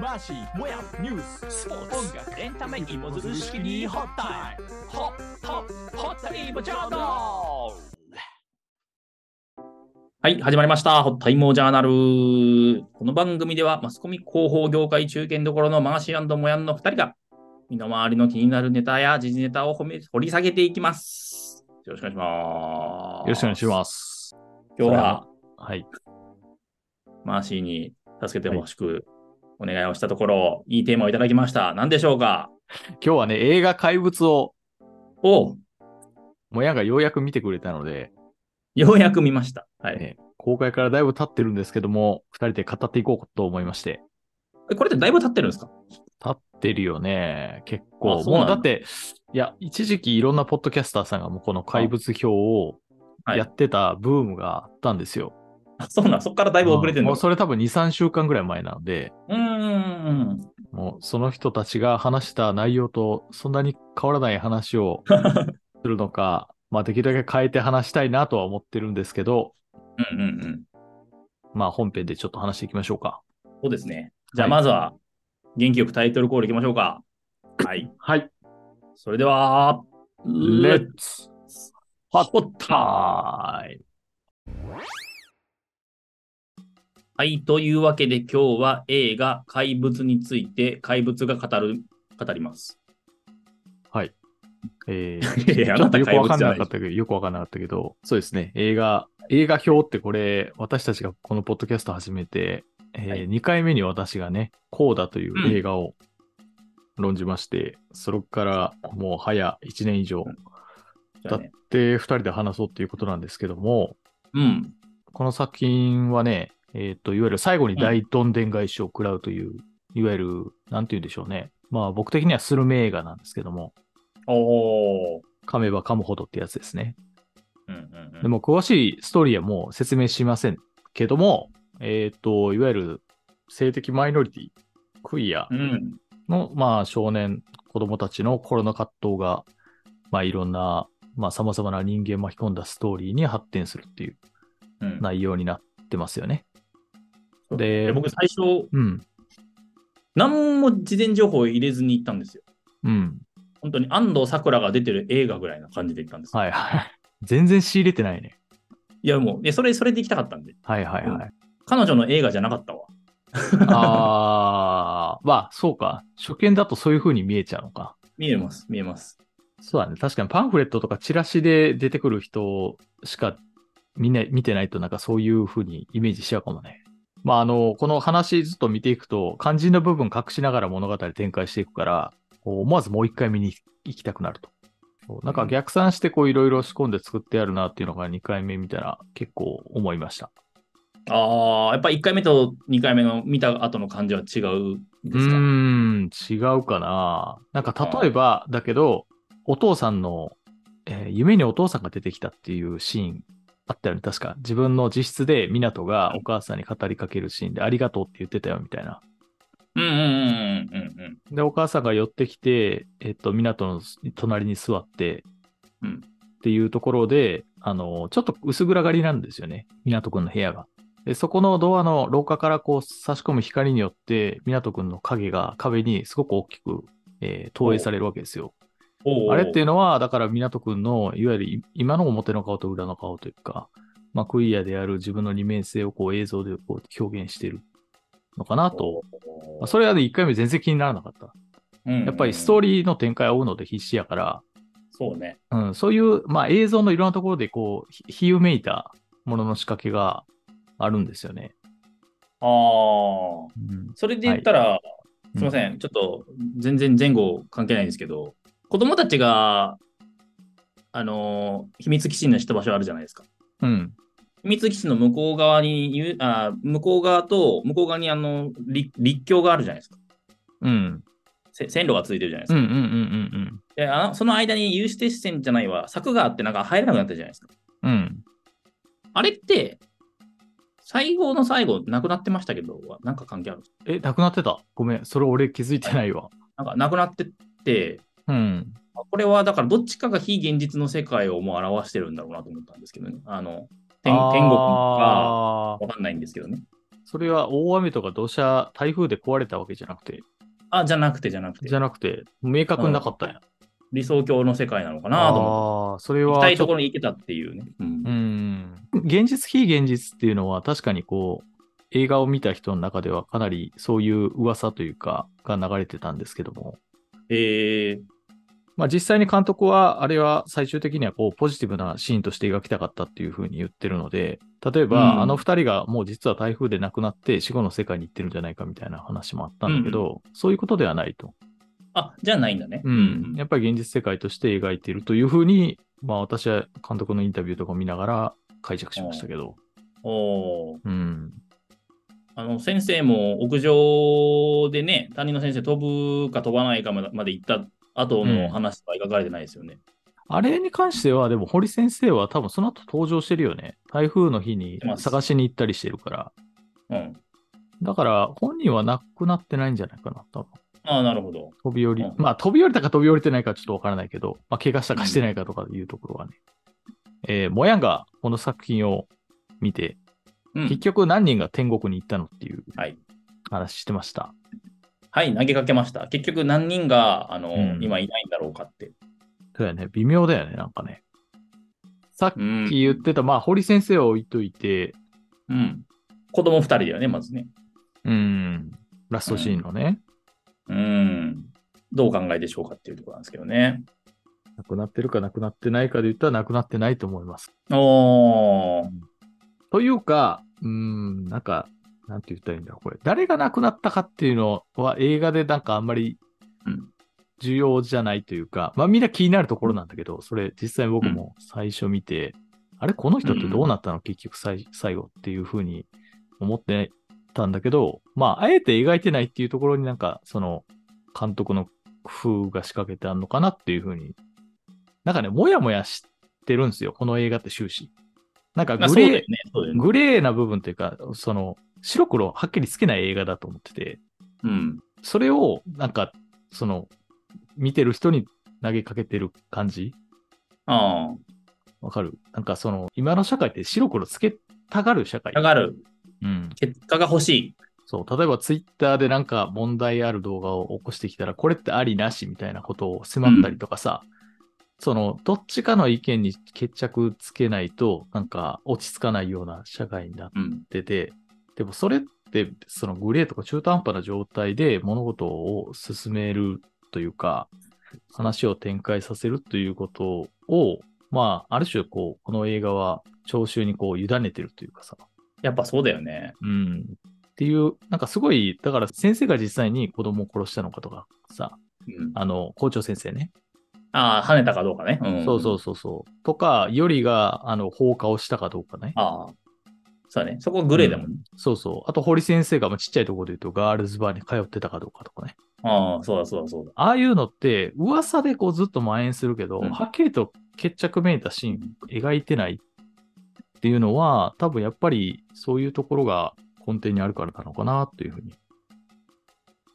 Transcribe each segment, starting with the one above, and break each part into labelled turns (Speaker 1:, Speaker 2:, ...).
Speaker 1: マシもやニューススポーツ音楽エンタメ芋づる式にホッタイムホッホッホッタイムジャーナル
Speaker 2: はい、始まりました。ホッタイモジャーナル。この番組では、マスコミ広報業界中堅どころのマーシーモヤンの2人が、身の回りの気になるネタや時事ネタを褒め掘り下げていきます。よろしくお願いしま
Speaker 3: よ
Speaker 2: す。
Speaker 3: ろしくお願いし
Speaker 2: す。
Speaker 3: ます。
Speaker 2: 今日は
Speaker 3: はい。
Speaker 2: マーシーに助けてほしくお願いをしたところ、いいテーマをいただきました。何でしょうか
Speaker 3: 今日はね、映画怪物を、
Speaker 2: おう
Speaker 3: もやがようやく見てくれたので、
Speaker 2: ようやく見ました。はい。
Speaker 3: ね、公開からだいぶ経ってるんですけども、二人で語っていこうと思いまして。
Speaker 2: えこれってだいぶ経ってるんですか
Speaker 3: 経ってるよね、結
Speaker 2: あ
Speaker 3: 構。
Speaker 2: そうなん
Speaker 3: もう
Speaker 2: だ
Speaker 3: だって、いや、一時期いろんなポッドキャスターさんがもうこの怪物表を
Speaker 2: はい
Speaker 3: やってたブームがあったんですよ。
Speaker 2: あそうなん、そこからだいぶ遅れてる
Speaker 3: うん
Speaker 2: ん
Speaker 3: も
Speaker 2: だ
Speaker 3: う。それ多分2、3週間ぐらい前なので、
Speaker 2: うーん。
Speaker 3: もうその人たちが話した内容とそんなに変わらない話 をするのか、まあできるだけ変えて話したいなとは思ってるんですけど、
Speaker 2: うんうんうん。
Speaker 3: まあ本編でちょっと話していきましょうか。
Speaker 2: そうですね。じゃ
Speaker 3: は
Speaker 2: あ、
Speaker 3: い
Speaker 2: まずは、元気よくタイトルコールいきましょうか。はい。
Speaker 3: はい。
Speaker 2: それでは、
Speaker 3: レ
Speaker 2: ッ
Speaker 3: ッツ
Speaker 2: ホ
Speaker 3: ホ
Speaker 2: ッ
Speaker 3: ッタイム
Speaker 2: はい。というわけで、今日は映画、怪物について、怪物が語る、語ります。
Speaker 3: はい。え
Speaker 2: い
Speaker 3: ー、
Speaker 2: やあ
Speaker 3: ちょ
Speaker 2: な
Speaker 3: っと
Speaker 2: た
Speaker 3: よく
Speaker 2: 怪
Speaker 3: わか
Speaker 2: 物
Speaker 3: ん
Speaker 2: じゃな
Speaker 3: ないかったけど、よくわかんなかったけど、そうですね。映画、映画表ってこれ、私たちがこのポッドキャスト始めて、えー
Speaker 2: はい
Speaker 3: 2回目に私がね、コーダという映画を論じまして、それからもう早1年以上
Speaker 2: じゃあね
Speaker 3: で2人で話そうっていうことなんですけども、
Speaker 2: うん。
Speaker 3: この作品はね、えっ、と、いわゆる最後に大どんでん返しを食らうという、いわゆる、なんて言うんでしょうね。まあ僕的にはスルメ映画なんですけども、
Speaker 2: おー。
Speaker 3: 噛めば噛むほどってやつですね。
Speaker 2: うんうんうん、
Speaker 3: でも詳しいストーリーはもう説明しませんけども、えっ、と、いわゆる性的マイノリティ、クイア
Speaker 2: うん。
Speaker 3: の、まあ少年、子供たちの心の葛藤が、まあいろんな、まあ様々な人間を巻き込んだストーリーに発展するっていう
Speaker 2: うん。
Speaker 3: 内容になってますよね。
Speaker 2: そう
Speaker 3: で
Speaker 2: で僕、最初、
Speaker 3: うん、
Speaker 2: 何も事前情報を入れずに行ったんですよ。
Speaker 3: うん、
Speaker 2: 本当に安藤サクラが出てる映画ぐらいな感じで行ったんですよ。
Speaker 3: はいはい。全然仕入れてないね。
Speaker 2: いや、もう、でそれ、それで行きたかったんで。
Speaker 3: はいはいはい。
Speaker 2: 彼女の映画じゃなかったわ。
Speaker 3: あー、まあそうか。初見だとそういう風に見えちゃうのか。
Speaker 2: 見えます、見えます。
Speaker 3: そうだね。確かにパンフレットとかチラシで出てくる人しか見,、ね、見てないとなんかそういう風にイメージしちゃうかもね。まああの、この話ずっと見ていくと肝心の部分隠しながら物語展開していくから、こう思わずもう一回見に行きたくなると。そうなんか逆算してこういろいろ仕込んで作ってあるなっていうのが2回目見たら結構思いました。
Speaker 2: ああ、やっぱ1回目と2回目の見た後の感じは違うん
Speaker 3: う
Speaker 2: ですか
Speaker 3: ーん、違うかな。なんか例えば、だけど、お父さんの、えー夢にお父さんが出てきたっていうシーンあったよね、確か。自分の自室で湊がお母さんに語りかけるシーンで、ありがとうって言ってたよ、みたいな。
Speaker 2: うんうんうんうんうん
Speaker 3: で、お母さんが寄ってきて、えっと、湊の隣に座って、
Speaker 2: うん
Speaker 3: っていうところで、あの、ちょっと薄暗がりなんですよね、湊くんの部屋が。で、そこのドアの廊下からこう差し込む光によって、湊くんの影が壁にすごく大きく、えー投影されるわけですよ。
Speaker 2: おうおう。
Speaker 3: あれっていうのは、だから湊くんの、いわゆるい今の表の顔と裏の顔というか、まあ、クイアである自分の二面性をこう映像でこう表現してるのかなと。まあそれはね、1回目全然気にならなかった。
Speaker 2: うん、
Speaker 3: やっぱりストー
Speaker 2: リー。
Speaker 3: リーの展開を追うので必死やから、
Speaker 2: そうね。
Speaker 3: うん、そういう、まあ、映像のいろんなところでこう、ひひうめいたものの仕掛けがあるんですよね。
Speaker 2: ああ。それで言ったら、すみません、ちょっと全然前後関係ないんですけど、子供たちが、あのー秘密基地のした場所あるじゃないですか。
Speaker 3: うん。
Speaker 2: 秘密基地の向こう側にゆあ、向こう側と、向こう側にあの立立橋があるじゃないですか。
Speaker 3: うん。
Speaker 2: せ線路がついてるじゃないですか
Speaker 3: うんうんうんうん
Speaker 2: であのその間に有刺鉄線じゃないわ、柵があってなんか入れなくなったじゃないですか。
Speaker 3: うん。うん。
Speaker 2: あれって、最後の最後、なくなってましたけど、なんか関係ある
Speaker 3: え、なくなってた。ごめん。それ俺気づいてないわ。
Speaker 2: なんかなくなってって、
Speaker 3: うん。
Speaker 2: あこれはだからどっちかが非現実の世界をもう表してるんだろうなと思ったんですけどね。あの、天天国か
Speaker 3: あー
Speaker 2: わかんないんですけどね。
Speaker 3: それは大雨とか土砂、台風で壊れたわけじゃなくて、
Speaker 2: あ、じゃなくてじゃなくて
Speaker 3: じ、ゃなくて、明確になかったんや。
Speaker 2: 理想郷の世界なのかなと思って
Speaker 3: ああー、それ
Speaker 2: 行き
Speaker 3: は
Speaker 2: た
Speaker 3: ちょ
Speaker 2: い
Speaker 3: っと
Speaker 2: ところに行けたっていうね。うん
Speaker 3: うん。現実非現実っていうのは確かにこう、映画を見た人の中ではかなりそういう噂というかが流れてたんですけども、
Speaker 2: えー
Speaker 3: まあ実際に監督は、あれは最終的にはこうポジティブなシーンとして描きたかったっていうふうに言ってるので、例えば、
Speaker 2: うん
Speaker 3: あの二人がもう実は台風で亡くなって死後の世界に行ってるんじゃないかみたいな話もあったんだけど、そういうことではないと。
Speaker 2: あ、じゃないんだね。
Speaker 3: うん、やっぱり現実世界として描いているというふうに、まあ私は監督のインタビューとかを見ながら解釈しましたけど。
Speaker 2: おー
Speaker 3: うん。
Speaker 2: あの先生も屋上でね、担任の先生飛ぶか飛ばないかまでまで行った後の話は描かれてないですよね。
Speaker 3: あれに関しては、でも堀先生は多分その後登場してるよね。台風の日に
Speaker 2: てます
Speaker 3: 探しに行ったりしてるから。
Speaker 2: うん。
Speaker 3: だから本人は亡くなってないんじゃないかな、多分。
Speaker 2: ああ、なるほど。
Speaker 3: 飛び降り、
Speaker 2: うん
Speaker 3: まあ飛び降りたか飛び降りてないかちょっとわからないけど、まあ怪我したかしてないかとかいうところはね。えーモヤンがこの作品を見て、
Speaker 2: う
Speaker 3: 結
Speaker 2: ん、
Speaker 3: 局何人が天国に行ったのっていう
Speaker 2: はい
Speaker 3: 話してました。
Speaker 2: はい、投げかけました。結局何人があの、
Speaker 3: うん
Speaker 2: 今いないんだろうかって。
Speaker 3: そうやね、微妙だよね、なんかね。さっ
Speaker 2: うん
Speaker 3: き言ってた、まあ堀先生は置いといて、
Speaker 2: うん、子供2人だよね、まずね。
Speaker 3: うん、ラストシーンのね、
Speaker 2: うん。どうお考えでしょうかっていうところなんですけどね。
Speaker 3: 亡くなってるか亡くなってないかで言ったら亡くなってないと思います。
Speaker 2: おー。
Speaker 3: というか、うん、なんか、なんて言ったらいいんだろう、これ。誰が亡くなったかっていうのは映画でなんかあんまり
Speaker 2: うん
Speaker 3: 重要じゃないというか、まあみんな気になるところなんだけど、それ実際僕も最初見て、あれこの人ってどうなったの、結局最最後っていうふうに思ってたんだけど、まああえて描いてないっていうところになんかその監督の工夫が仕掛けてあるのかなっていうふうに、なんかね、もやもやしてるんですよ、この映画って終始。なんか
Speaker 2: まあ、
Speaker 3: グ
Speaker 2: そうだ
Speaker 3: レー
Speaker 2: よ、ね。そうだよね。
Speaker 3: グレーな部分というか、その、白黒はっきりつけない映画だと思ってて、
Speaker 2: うん。
Speaker 3: それを、なんか、その、見てる人に投げかけてる感じ
Speaker 2: ああ。
Speaker 3: わかるなんかその、今の社会って白黒つけたがる社会。
Speaker 2: 上がる。
Speaker 3: うん。
Speaker 2: 結果が欲しい。
Speaker 3: そう、例えばツイッターでなんか問題ある動画を起こしてきたら、これってありなしみたいなことを迫ったりとかさ、その、どっちかの意見に決着つけないと、なんか落ち着かないような社会になっ
Speaker 2: うん。
Speaker 3: ってて、でもそれって、そのグレーとか中途半端な状態で物事を進めるというか、話を展開させるということを、まあ、ある種、こう、この映画は聴衆にこう、委ねてるというかさ、
Speaker 2: やっぱそうだよね。
Speaker 3: うん。っていう、なんかすごい、だから先生が実際に子供を殺したのかとかさ、
Speaker 2: うん、
Speaker 3: あの、校長先生ね。
Speaker 2: ああ、跳ねたかどうかね。うん、
Speaker 3: そうそうそうそう。とか、よりが、あの、放火をしたかどうかね。
Speaker 2: ああ。そうだね。そこグレーだもんね。
Speaker 3: そうそう。あと、堀先生がまあちっちゃいところで言うと、ガールズバーに通ってたかどうかとかね。
Speaker 2: ああ、そうだそうだそうだ。
Speaker 3: ああいうのって、噂でこうずっと蔓延するけど、
Speaker 2: うん
Speaker 3: はっきりと決着めいたシーン描いてないっていうのは、多分やっぱりそういうところが根底にあるからなのかなっていうふうに。
Speaker 2: い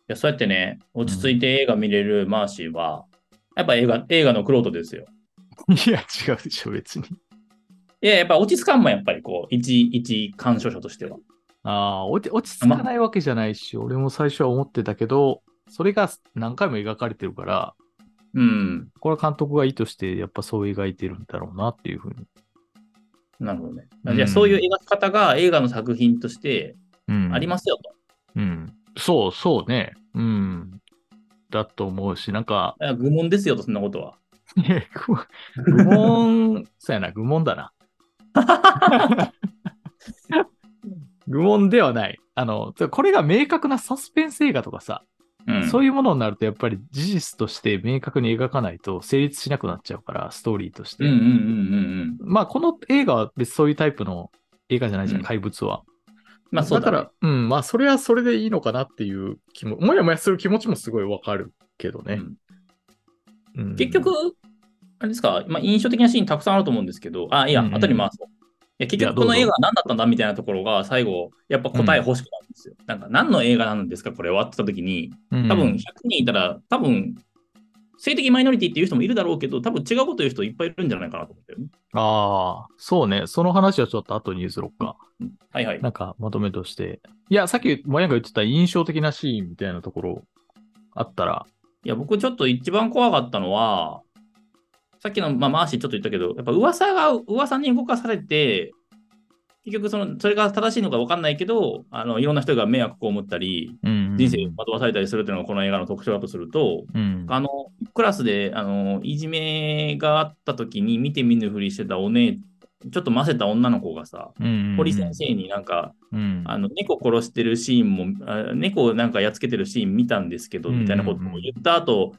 Speaker 2: や、そうやってね、落ち着いて映画見れるマーシーは、やっぱ映画、映画のクロートですよ。
Speaker 3: いや、違うでしょ、別に。
Speaker 2: いや、やっぱ落ち着かんもんやっぱりこう、一、一鑑賞者としては。
Speaker 3: ああ、落ち落ち着かないわけじゃないし、俺も最初は思ってたけど、それが何回も描かれてるから、
Speaker 2: うん。
Speaker 3: これは監督が意図して、やっぱそう描いてるんだろうなっていうふうに。
Speaker 2: なるほどね。
Speaker 3: うん
Speaker 2: じゃあ、そういう描き方が映画の作品として
Speaker 3: うん、
Speaker 2: ありますよと。
Speaker 3: うん。そうそうね。うん。だと思うし、なんか、
Speaker 2: いや愚問ですよと、そんなことは。
Speaker 3: いや愚愚問、そうやな、愚問だな。愚問ではない。あの、これが明確なサスペンス映画とかさ、
Speaker 2: うん。
Speaker 3: そう
Speaker 2: い
Speaker 3: いうものになるとやっぱり事実として明確に描かないと成立しなくなっちゃうから、ストーリーとして。
Speaker 2: うんうんうんうんうん。
Speaker 3: まあ、この映画は別にそういうタイプの映画じゃないじゃん、
Speaker 2: うん
Speaker 3: 怪物は。
Speaker 2: まあ、そう
Speaker 3: だ
Speaker 2: だ,、
Speaker 3: から、うん、まあ、それはそれでいいのかなっていう気も、もやもやする気持ちもすごいわかるけどね。うん
Speaker 2: 結局、あれですか、まあ、印象的なシーンたくさんあると思うんですけど、あ、いや、
Speaker 3: うんうん
Speaker 2: 後に回そう。いや結
Speaker 3: いや
Speaker 2: 局、
Speaker 3: どう
Speaker 2: こ
Speaker 3: ぞ
Speaker 2: の映画は何だったんだみたいなところが、最後、やっぱ答え欲しくなるんですよ。なんか、何の映画なんですか、これはって言ったときに、
Speaker 3: うん、
Speaker 2: 多分100人いたら、多分性的マイノリティっていう人もいるだろうけど、多分違うこと言う人いっぱいいるんじゃないかなと思ったよね。
Speaker 3: ああ、そうね。その話はちょっと後にすろっか。
Speaker 2: うんはいはい。
Speaker 3: なんか、まとめとして。いや、さっき、もやが言ってた印象的なシーンみたいなところあったら、
Speaker 2: いや、僕ちょっと一番怖かったのは、さっきの、まあ、マーシーちょっと言ったけど、やっぱ噂が、噂に動かされて、結局その、それが正しいのか分かんないけど、あの、いろんな人が迷惑を被ったり、
Speaker 3: うんうん
Speaker 2: 人生惑わされたりするっていうのがこの映画の特徴だとすると、
Speaker 3: うん。
Speaker 2: あの、クラスで、あの、いじめがあった時に見て見ぬふりしてたお姉、ちょっとませた女の子がさ、堀先生になんか、
Speaker 3: うん
Speaker 2: あの猫殺してるシーンもあ猫をなんかやっつけてるシーン見たんですけど
Speaker 3: うんうんうん
Speaker 2: みたいなことを言った後、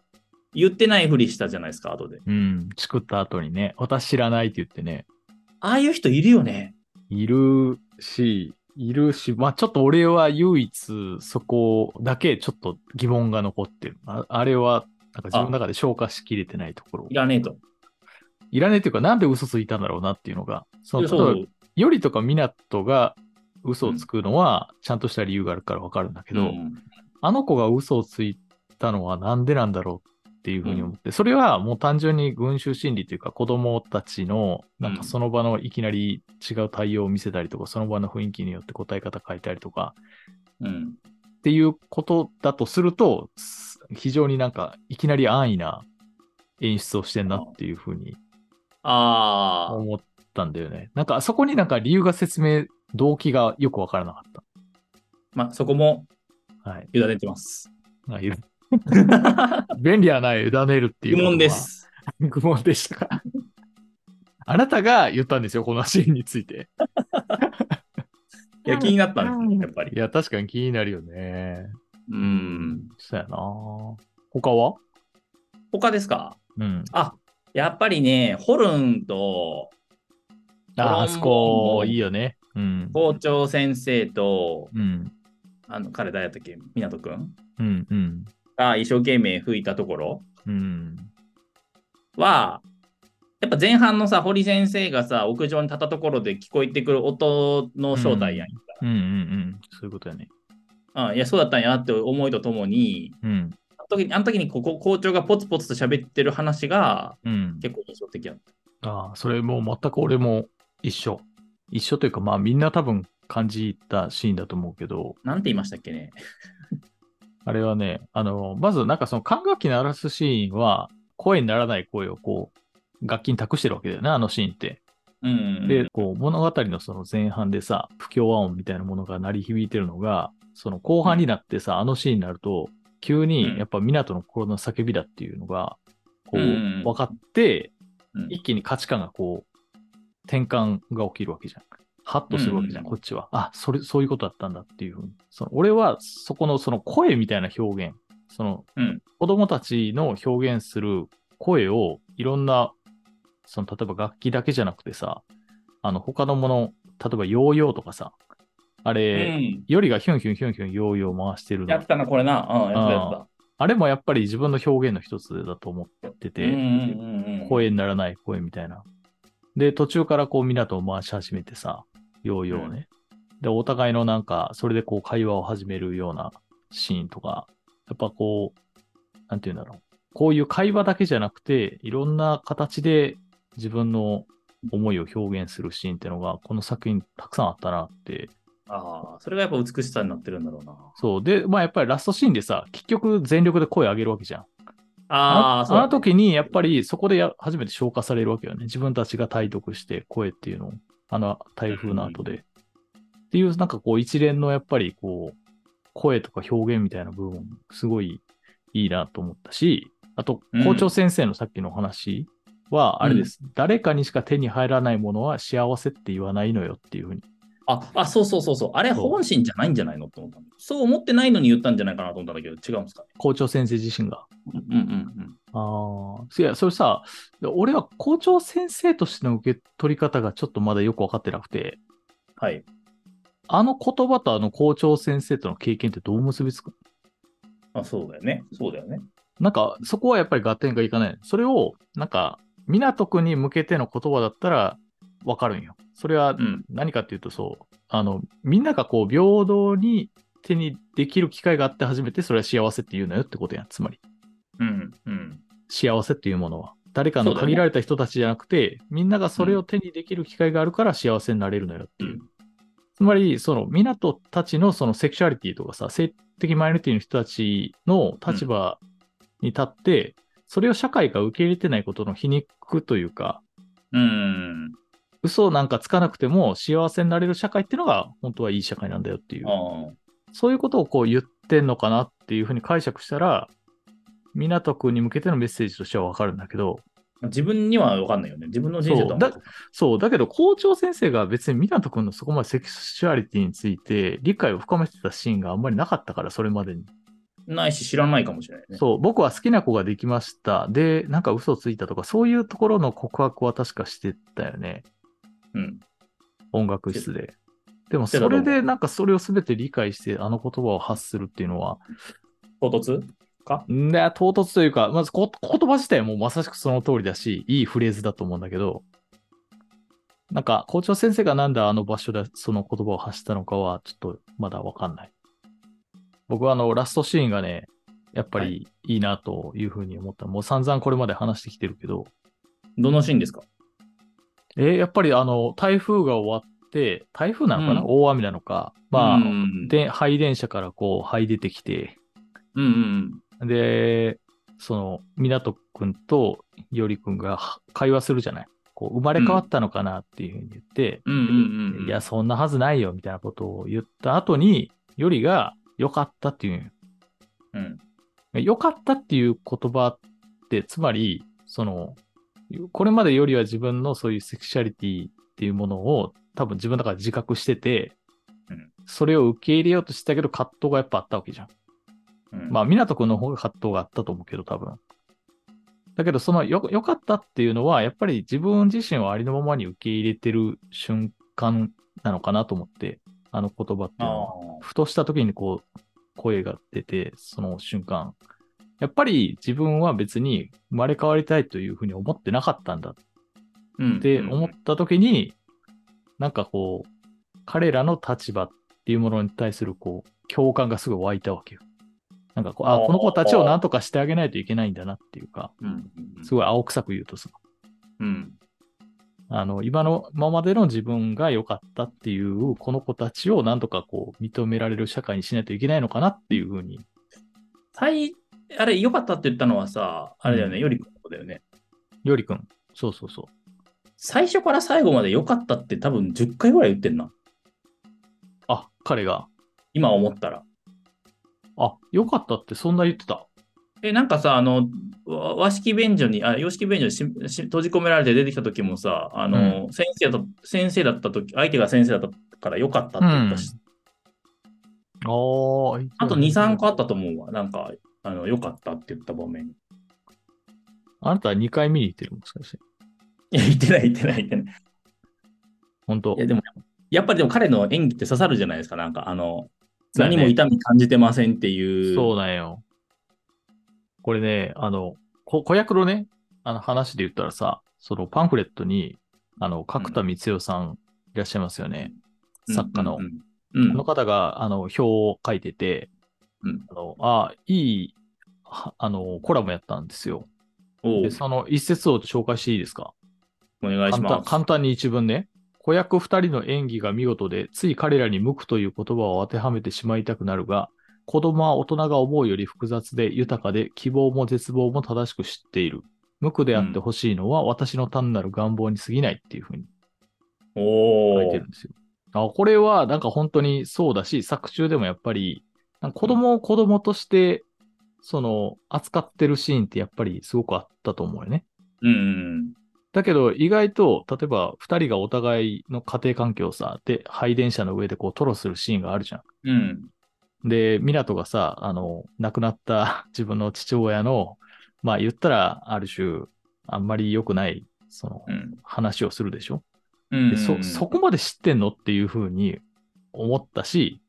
Speaker 2: 言ってないふりしたじゃないですか後で
Speaker 3: うん。作った後にね、私知らないって言ってね、
Speaker 2: ああいう人いるよね
Speaker 3: いるし、いるし、まあちょっと俺は唯一そこだけちょっと疑問が残ってる。ああれは、なんか自分の中で消化しきれてないところ。
Speaker 2: いらねえと
Speaker 3: いらねえというか、なんで嘘ついたんだろうなっていうのが、その、
Speaker 2: そ
Speaker 3: 例えば
Speaker 2: う
Speaker 3: よりとかみなとが嘘をつくのは、ちゃんとした理由があるからわかるんだけど、
Speaker 2: うん
Speaker 3: あの子が嘘をついたのはなんでなんだろうっていうふうに思って、それはもう単純に群衆心理というか子供たちのなん
Speaker 2: う
Speaker 3: か
Speaker 2: ん
Speaker 3: その場のいきなり違う対応を見せたりとか、その場の雰囲気によって答え方変えたりとか
Speaker 2: うん
Speaker 3: っていうことだとすると、す非常になんかいきなり安易な演出をしてんなっていうふうに
Speaker 2: ああ
Speaker 3: 思ったんだよね。なんかそこになんか理由が説明、動機がよくわからなかっ
Speaker 2: まあそこも
Speaker 3: た。はい。
Speaker 2: 委ねてます
Speaker 3: あゆ 便利はない、委ねるっていう
Speaker 2: 疑
Speaker 3: ことは。
Speaker 2: 問です
Speaker 3: 愚問でした かあなたが言ったんですよ、このシーンについて。
Speaker 2: いや気になったんですよやっぱり
Speaker 3: いや、確かに気になるよね。
Speaker 2: うん
Speaker 3: そうやな他は
Speaker 2: 他ですか
Speaker 3: うん。
Speaker 2: あやっぱりねホルンと
Speaker 3: あ、あそこ、いいよね。うん。
Speaker 2: 校長先生と
Speaker 3: うん。
Speaker 2: あの彼誰やったっけ湊くん
Speaker 3: うん。うん。
Speaker 2: が一生懸命吹いたところ
Speaker 3: うん。
Speaker 2: は、やっぱ前半のさ、堀先生がさ、屋上に立ったところで聞こえてくる音の正体やんか。
Speaker 3: うん。うん。うん。そういうことやね。
Speaker 2: あいや、そうだったんやって思いとともに、
Speaker 3: うん。
Speaker 2: あの時にあの時にここ校長がポツポツと喋ってる話が
Speaker 3: うん。
Speaker 2: 結構印象的やった。
Speaker 3: ああ、それもう全く俺も一緒。一緒というか、まあみんな多分感じたシーンだと思うけど、
Speaker 2: なんて言いましたっけね。
Speaker 3: あれはね、あの、まずなんかその管楽器鳴らすシーンは、声にならない声をこう、楽器に託してるわけだよね、あのシーンって。
Speaker 2: うんうんうん。
Speaker 3: で、こう、物語のその前半でさ、不協和音みたいなものが鳴り響いてるのが、その後半になってさ、あのシーンになると、急
Speaker 2: うん
Speaker 3: にやっぱ港の心の叫びだっていうのが、こう、
Speaker 2: うん
Speaker 3: 分かって、
Speaker 2: うん
Speaker 3: 一気に価値観がこう、転換が起きるわけじゃん。ハッとするわけじゃん、
Speaker 2: うん
Speaker 3: こっちは。あ、それ、そういうことだったんだっていうふうに。その俺は、そこの、その声みたいな表現、その、
Speaker 2: うん
Speaker 3: 子供たちの表現する声を、いろんな、その、例えば楽器だけじゃなくてさ、あの、他のもの、例えばヨーヨーとかさ、あれ、
Speaker 2: うん
Speaker 3: よりがヒュンヒュンヒュンヒュンヨーヨー回してる
Speaker 2: や
Speaker 3: の
Speaker 2: って。たな、これな。うん、やってたやってた。
Speaker 3: あれもやっぱり自分の表現の一つだと思ってて、
Speaker 2: うんうんうんうん、
Speaker 3: 声にならない声みたいな。で、途中からこう港を回し始めてさ、ヨーヨーね。で、お互いのなんか、それでこう会話を始めるようなシーンとか、やっぱこう、なんて言うんだろう。こういう会話だけじゃなくて、いろんな形で自分の思いを表現するシーンってのが、この作品たくさんあったなって。
Speaker 2: ああ、それがやっぱ美しさになってるんだろうな。
Speaker 3: そう。で、まあやっぱりラストシーンでさ、結局全力で声上げるわけじゃん。
Speaker 2: ああ、そう
Speaker 3: あの時にやっぱりそこでや初めて消化されるわけよね。自分たちが体得して声っていうのを、あの台風の後で。っていう、なんかこう一連のやっぱりこう、声とか表現みたいな部分、すごいいいなと思ったし、あと
Speaker 2: うん
Speaker 3: 校長先生のさっきのお話は、あれです、誰かにしか手に入らないものは幸せって言わないのよっていうふうに。
Speaker 2: あ、あ、そうそうそうそう。あれ
Speaker 3: そう
Speaker 2: 本心じゃないんじゃないのって思ったのそう思ってないのに言ったんじゃないかなと思ったんだけど、違うんですかね。
Speaker 3: 校長先生自身が。
Speaker 2: うんうん
Speaker 3: ああ、いや、それさ、俺は校長先生としての受け取り方がちょっとまだよくわかってなくて、
Speaker 2: はい。
Speaker 3: あの言葉とあの校長先生との経験ってどう結びつく
Speaker 2: あ、そうだよね。そうだよね。
Speaker 3: なんか、そこはやっぱり合点がいかない。それを、なんか、港区に向けての言葉だったらわかるんよ。それは
Speaker 2: うん。
Speaker 3: 何かっていうとそう、あの、みんながこう、平等に手にできる機会があって初めて、それは幸せって言うのよってことやん。つまり。
Speaker 2: うんうん。
Speaker 3: 幸せっていうものは。誰かの
Speaker 2: そうだね
Speaker 3: 限られた人たちじゃなくて、みんながそれを手にできる機会があるから幸せになれるのよっていう。
Speaker 2: うん
Speaker 3: つまり、その、港たちのそのセクシュアリティとかさ、性的マイノリティの人たちの立場に立って、それを社会が受け入れてないことの皮肉というか、
Speaker 2: うん。
Speaker 3: 嘘なんかつかなくても幸せになれる社会っていうのが本当はいい社会なんだよっていう。
Speaker 2: あ
Speaker 3: そういうことをこう言ってんのかなっていうふうに解釈したら、港区に向けてのメッセージとしてはわかるんだけど、
Speaker 2: あ自分には分かんないよね。自分の人生とは
Speaker 3: そうだそう、だけど校長先生が別に港くんのそこまでセクシュアリティについて理解を深めてたシーンがあんまりなかったから、それまでに。
Speaker 2: ないし知らないかもしれないね。
Speaker 3: そう、僕は好きな子ができました。で、なんか嘘ついたとか、そういうところの告白は確かしてたよね。
Speaker 2: うん。
Speaker 3: 音楽室で。でも
Speaker 2: して
Speaker 3: そ
Speaker 2: たと思
Speaker 3: れ
Speaker 2: う
Speaker 3: でなんかそれを全て理解してあの言葉を発するっていうのは、
Speaker 2: 唐突
Speaker 3: ね、唐突というか、まずこ言葉自体もまさしくその通りだし、いいフレーズだと思うんだけど、なんか校長先生がなんであの場所でその言葉を発したのかは、ちょっとまだわかんない。僕はあのラストシーンがね、やっぱ
Speaker 2: は
Speaker 3: りいいなというふうに思った。もう散々これまで話してきてるけど、
Speaker 2: どのシーンですか
Speaker 3: えーやっぱりあの台風が終わって、台風なのかな、
Speaker 2: うん
Speaker 3: 大雨なのか、まあ、
Speaker 2: うん、
Speaker 3: で配電車からこう、灰出てきて、
Speaker 2: うんうん
Speaker 3: で、その、港くんとよりくんがは会話するじゃない。こう、生まれ変わったのかなっていうふうに言って、
Speaker 2: うん。うんうんうんうん。
Speaker 3: いや、そんなはずないよ、みたいなことを言った後に、よりが、良かったっていう。
Speaker 2: うん。
Speaker 3: 良かったっていう言葉って、つまり、その、これまでよりは自分のそういうセクシャリティっていうものを多分自分だから自覚してて、
Speaker 2: うん
Speaker 3: それを受け入れようとしてたけど葛藤がやっぱあったわけじゃん。
Speaker 2: うん
Speaker 3: まあ、港くんの方が葛藤があったと思うけど、多分。だけど、そのよ、良かったっていうのは、やっぱり自分自身をありのままに受け入れてる瞬間なのかなと思って、あの言葉っていうのは。
Speaker 2: あ
Speaker 3: ふとした時にこう、声が出て、その瞬間。やっぱり自分は別に生まれ変わりたいというふうに思ってなかったんだ
Speaker 2: ー
Speaker 3: って思っ、た時に、なんかこう、彼らの立場っていうものに対するこう共感がすごい湧いたわけよ。なんかこう、あ、
Speaker 2: あー
Speaker 3: この子たちを何とかしてあげないといけないんだなっていうか、
Speaker 2: うんうんうん
Speaker 3: すごい青臭く言うとさ、
Speaker 2: うん。
Speaker 3: あの、今のままでの自分が良かったっていう、この子たちを何とかこう、認められる社会にしないといけないのかなっていうふうに。
Speaker 2: 最、あれ、良かったって言ったのはさ、あれだよね、よりくんのことだよね。
Speaker 3: よりくん、そうそうそう。
Speaker 2: 最初から最後まで良かったって多分10回ぐらい言ってんな。
Speaker 3: あ、彼が、
Speaker 2: 今思ったら。
Speaker 3: あ、良かったってそんな言ってた。
Speaker 2: え、なんかさ、あの、わ和式便所に、あ、洋式便所にしし閉じ込められて出てきた時もさ、あの、先生だった、先生だった時、相手が先生だったから良かったって言ったし、
Speaker 3: ああ、
Speaker 2: あと2、3個あったと思うわ。なんか、あの、良かったって言った場面。
Speaker 3: あなたは2回見に行ってるもしかして。
Speaker 2: いや、言ってない、言ってない、言ってない。
Speaker 3: 本当
Speaker 2: いや、でも、やっぱりでも彼の演技って刺さるじゃないですか。なんか、あの、
Speaker 3: そうだね
Speaker 2: 何も痛み感じてませんっていう。
Speaker 3: そうなんよ。これね、あの、こ子役のね、あの話で言ったらさ、そのパンフレットに、あの、角田光代さんいらっしゃいますよね。
Speaker 2: うん
Speaker 3: 作家の。
Speaker 2: うんうん。
Speaker 3: この方が、あの、表を書いてて、
Speaker 2: うん
Speaker 3: あのあ、いい、はあの、コラムやったんですよ。
Speaker 2: おう
Speaker 3: で、その一節を紹介していいですか
Speaker 2: お願
Speaker 3: 簡
Speaker 2: いし
Speaker 3: 単
Speaker 2: ます。
Speaker 3: 簡単に一文ね。子役二人の演技が見事で、つい彼らに無垢という言葉を当てはめてしまいたくなるが、子供は大人が思うより複雑で豊かで、希望も絶望も正しく知っている。無垢であってほしいのは、私の単なる願望に過ぎないっていうふうに
Speaker 2: お
Speaker 3: 書
Speaker 2: お
Speaker 3: いてるんですよ。あこれはなんか本当にそうだし、作中でもやっぱり、なんか子供を子供として、その、扱ってるシーンってやっぱりすごくあったと思うよね。
Speaker 2: うんうん。
Speaker 3: だけど、意外と、例えば、二人がお互いの家庭環境をさ、で、配電車の上でこう、トロするシーンがあるじゃ
Speaker 2: うん。
Speaker 3: ん。で、ミラトがさ、あの、亡くなった 自分の父親の、まあ、言ったら、ある種、あんまり良くない、その、
Speaker 2: うん
Speaker 3: 話をするでしょ。
Speaker 2: うん。
Speaker 3: でそ、そこまで知ってんのっていうふうに思ったし、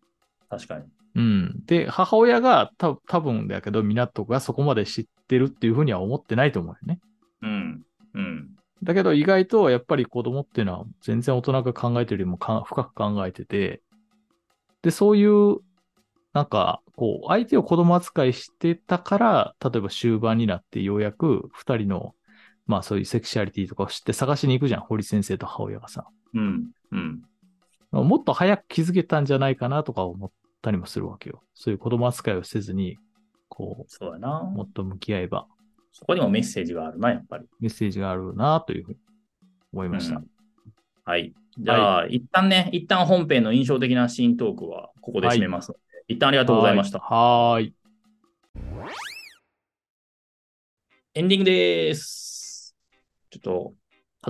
Speaker 2: 確かに。
Speaker 3: うん。で、母親が、た多分だけど、ミラトがそこまで知ってるっていうふうには思ってないと思うよね。
Speaker 2: うん。うん。
Speaker 3: だけど意外とやっぱり子供っていうのは全然大人が考えてるよりもか深く考えてて、で、そういうなんか、こう、相手を子供扱いしてたから、例えば終盤になってようやく二人の、まあそういうセクシャリティとかを知って探しに行くじゃん、堀先生と母親がさ。
Speaker 2: うん。うん。
Speaker 3: もっと早く気づけたんじゃないかなとか思ったりもするわけよ。そういう子供扱いをせずに、こ
Speaker 2: そうやな
Speaker 3: う、。もっと向き合えば
Speaker 2: そこにもメッセージがあるな、やっぱり。
Speaker 3: メッセージがあるなというふうに思いました。
Speaker 2: うんはい。じゃあ、一旦ね、一旦本編の印象的なシーントークはここで締めますので、一旦ありがとうございました。
Speaker 3: はーい。
Speaker 2: エンディングです。ちょっと、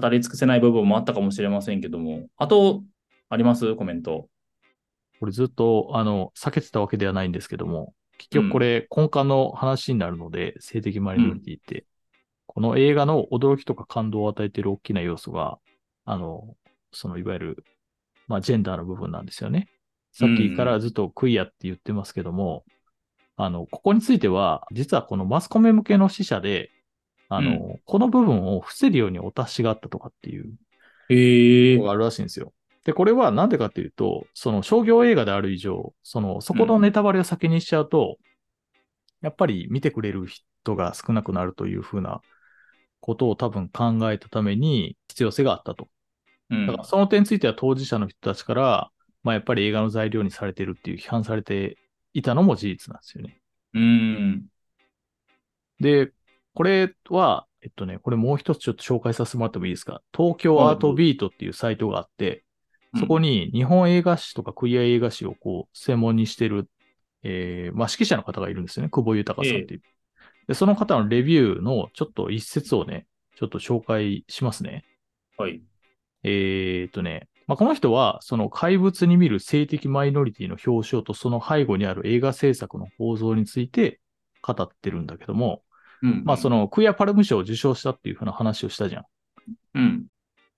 Speaker 2: 語り尽くせない部分もあったかもしれませんけども、あと、ありますコメント。
Speaker 3: これずっと、あの、避けてたわけではないんですけども、結局これ、根幹の話になるので、性的マイノリティって、この映画の驚きとか感動を与えている大きな要素が、あの、その、いわゆる、まあ、ジェンダーの部分なんですよね。さっきからずっとクイアって言ってますけども、あの、ここについては、実はこのマスコミ向けの死者で、あの、この部分を伏せるようにお達しがあったとかっていう
Speaker 2: へ
Speaker 3: があるらしいんですよ。で、これはなんでかっていうと、その商業映画である以上、そのそこのネタバレを先にしちゃうと、やっぱり見てくれる人が少なくなるというふうなことを多分考えたために必要性があったと。
Speaker 2: うん
Speaker 3: だからその点については当事者の人たちから、まあやっぱり映画の材料にされてるっていう批判されていたのも事実なんですよね。
Speaker 2: うん。
Speaker 3: で、これは、えっとね、これもう一つちょっと紹介させてもらってもいいですか。東京アートビートっていうサイトがあって、
Speaker 2: うん
Speaker 3: そこに日本映画史とかクイア映画史をこう専門にしてる、えーまあ、指揮者の方がいるんですよね。久保豊さんっていう、で。その方のレビューのちょっと一節をね、ちょっと紹介しますね。
Speaker 2: はい。
Speaker 3: えーっとね、まあ、この人は、その怪物に見る性的マイノリティの表彰とその背後にある映画制作の構造について語ってるんだけども、
Speaker 2: うん
Speaker 3: まあそ、のクイアパルム賞を受賞したっていうふうな話をしたじゃん。
Speaker 2: うん。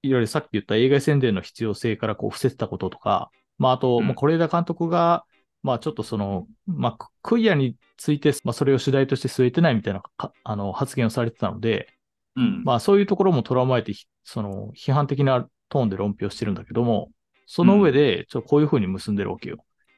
Speaker 3: いわゆるさっき言った映画宣伝の必要性からこう伏せてたこととか、まああと、
Speaker 2: うん
Speaker 3: まあ是枝監督が、まあちょっとその、まあクイアについて、まあそれを主題として据えてないみたいなかあの発言をされてたので、
Speaker 2: うん。
Speaker 3: まあそういうところも捉まえてひ、その批判的なトーンで論評してるんだけども、その上で、ちょっとこういうふうに結んでるわけよ。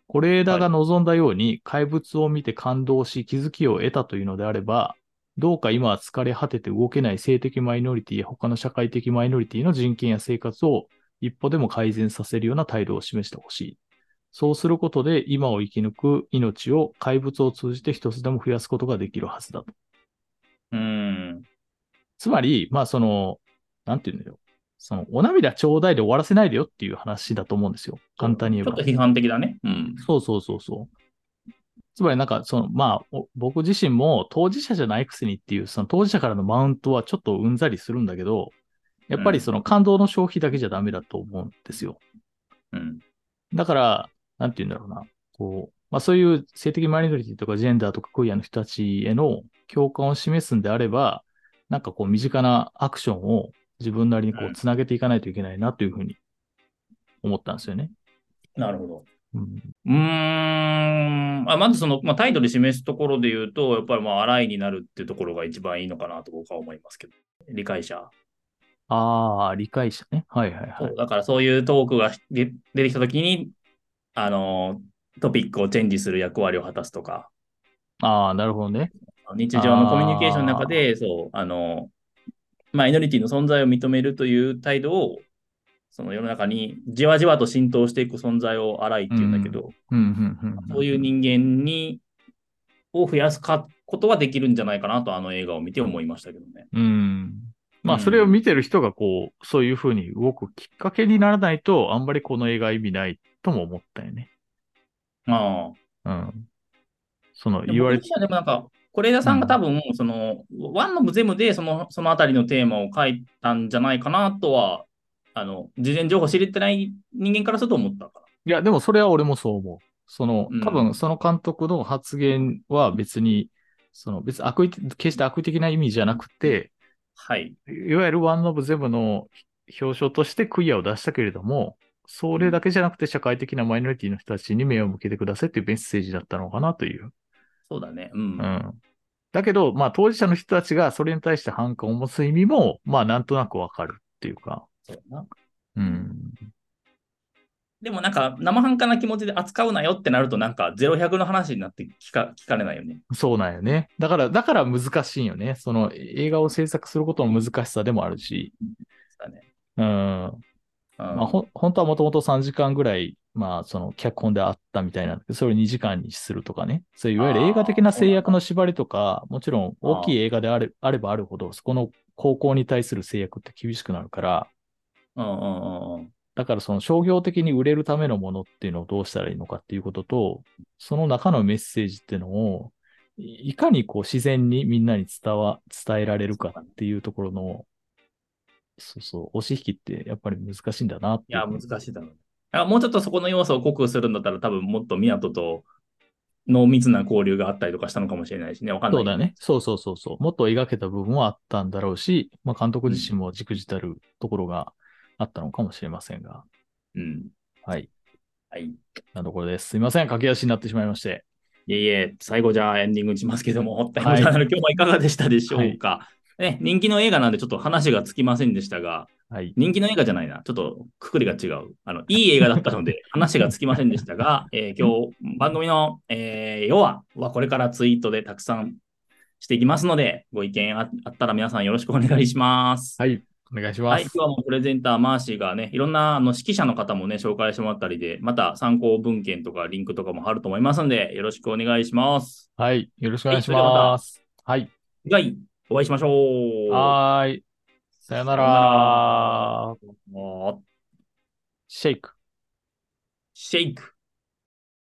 Speaker 3: 是枝が望んだように怪物を見て感動し気づきを得たというのであれば、どうか今は疲れ果てて動けない性的マイノリティや他の社会的マイノリティの人権や生活を一歩でも改善させるような態度を示してほしい。そうすることで今を生き抜く命を怪物を通じて一つでも増やすことができるはずだと。
Speaker 2: うん。
Speaker 3: つまり、まあその、なんていうんだよ。その、お涙ちょうだいで終わらせないでよっていう話だと思うんですよ。簡単に言え
Speaker 2: ちょ
Speaker 3: ば
Speaker 2: っと。批判的だね。うん。
Speaker 3: そうそうそうそう。つまりなんか、その、まあ、お僕自身も当事者じゃないくせにっていう、その当事者からのマウントはちょっとうんざりするんだけど、やっぱりその感動の消費だけじゃダメだと思うんですよ。
Speaker 2: うん。
Speaker 3: だから、なんて言うんだろうな。こう、まあそういう性的マイノリティとかジェンダーとかクイアの人たちへの共感を示すんであれば、なんかこう身近なアクションを自分なりにこ
Speaker 2: う
Speaker 3: うんつなげていかないといけないなというふうに思ったんですよね。
Speaker 2: なるほど。
Speaker 3: うん。
Speaker 2: うーん。あまずその、まあ、態度で示すところで言うと、やっぱりまあ、荒いになるっていうところが一番いいのかなと僕は思いますけど。理解者。
Speaker 3: ああ、理解者ね。はいはいは
Speaker 2: そ。
Speaker 3: いう
Speaker 2: だからそういうトークがで出てきたときに、あの、トピックをチェンジする役割を果たすとか、
Speaker 3: ああ、なるほどね。
Speaker 2: 日常のコミュニケーションの中で、そう、あの、マイノリティの存在を認めるという態度を、その世の中にじわじわと浸透していく存在を荒いっていうんだけど、
Speaker 3: うんうんうん、うん。
Speaker 2: そういう人間に、を増やすかことはできるんじゃないかなと、あの映画を見て思いましたけどね。
Speaker 3: うん。ま
Speaker 2: う
Speaker 3: あ、
Speaker 2: ん
Speaker 3: それを見てる人がこう、そういうふうに動くきっかけにならないと、あんまりこの映画意味ないとも思ったよね。
Speaker 2: ああ。
Speaker 3: うん。その、
Speaker 2: で
Speaker 3: 言われ
Speaker 2: 僕としてはでもなんか、是枝さんが多分、その、ワンのゼムでその、そのあたりのテーマを書いたんじゃないかなとは、あの、事前情報知れてない人間からすると思ったか
Speaker 3: いや、でもそれは俺もそう思う。その
Speaker 2: うん、
Speaker 3: 多分その監督の発言は別に、その別に悪意的、決して悪意的な意味じゃなくて、
Speaker 2: ら。はい。
Speaker 3: いわゆるワン・オブ・ゼムの表彰としてクイアを出したけれども、それだけじゃなくて社会的なマイノリティの人たちに目を向けてくださいっていうメッセージだったのかなという。
Speaker 2: そうだね。うん。
Speaker 3: うん。だけど、まあ当事者の人たちがそれに対して反感を持つ意味も、まあなんとなくわかるっていうか。
Speaker 2: そうだな
Speaker 3: うん。
Speaker 2: でもなんか生半可な気持ちで扱うなよってなるとなんか0100の話になって聞か聞かれないよね。
Speaker 3: そうなんよね。だから、だから難しいんよね。その映画を制作することの難しさでもあるし。
Speaker 2: だね
Speaker 3: うん。ま
Speaker 2: うん
Speaker 3: あ、ほん本当はもともと3時間ぐらい、まあ、その脚本であったみたいなんだけど、それを2時間にするとかね。そういういわゆる映画的な制約の縛りとか、もちろん大きい映画であれあればあるほど、そこの高校に対する制約って厳しくなるから、
Speaker 2: うんうんうんうん
Speaker 3: だからその商業的に売れるためのものっていうのをどうしたらいいのかっていうことと、その中のメッセージっていうのを、いいかにこう自然にみんなに伝わ、伝えられるかっていうところの、そうそう、押し引きってやっぱり難しいんだなって
Speaker 2: いや、難しいだろう。だからもうちょっとそこの要素を濃くするんだったら、多分もっと港と濃密な交流があったりとかしたのかもしれないしね。わかんな
Speaker 3: そ
Speaker 2: い。
Speaker 3: うだね。。そうそうそうそう。もっと描けた部分はあったんだろうし、まあ監督自身もじくじたるところがあったのかもしれませんが、
Speaker 2: うん。
Speaker 3: はい。
Speaker 2: はい。い
Speaker 3: なところです。すいません。駆け足になってしまいまして。
Speaker 2: えいえ、最後じゃあエンディングにし ますけども、ホッタイムジャーナル今日はいかがでしたでしょうか。ね、人気の映画なんでちょっと話がつきませんでしたが、
Speaker 3: はい。
Speaker 2: 人気の映画じゃないな。ちょっとくくりが違う。あの、いい映画だった ので話がつきませんでしたが、えー今日番組の、えー要ははこれからツイートでたくさんしていきますので、ご意見ああったら皆さんよろしくお願いします。
Speaker 3: はい。お願いしま
Speaker 2: はい、
Speaker 3: す
Speaker 2: 今。日はもうプレゼンター、マーシーがね、いろんなあの指揮者の方もね、紹介してもらったりで、また参考文献とかリンクとかも貼ると思いますので、よろしくお願いします。
Speaker 3: はい。よろしくお願いし
Speaker 2: はいそれではま
Speaker 3: ま
Speaker 2: た
Speaker 3: す。はい。
Speaker 2: 次回、お会いしましょう。
Speaker 3: はーい。さよな
Speaker 2: さよ
Speaker 3: ら。
Speaker 2: もう
Speaker 3: シェイク。
Speaker 2: シェイク。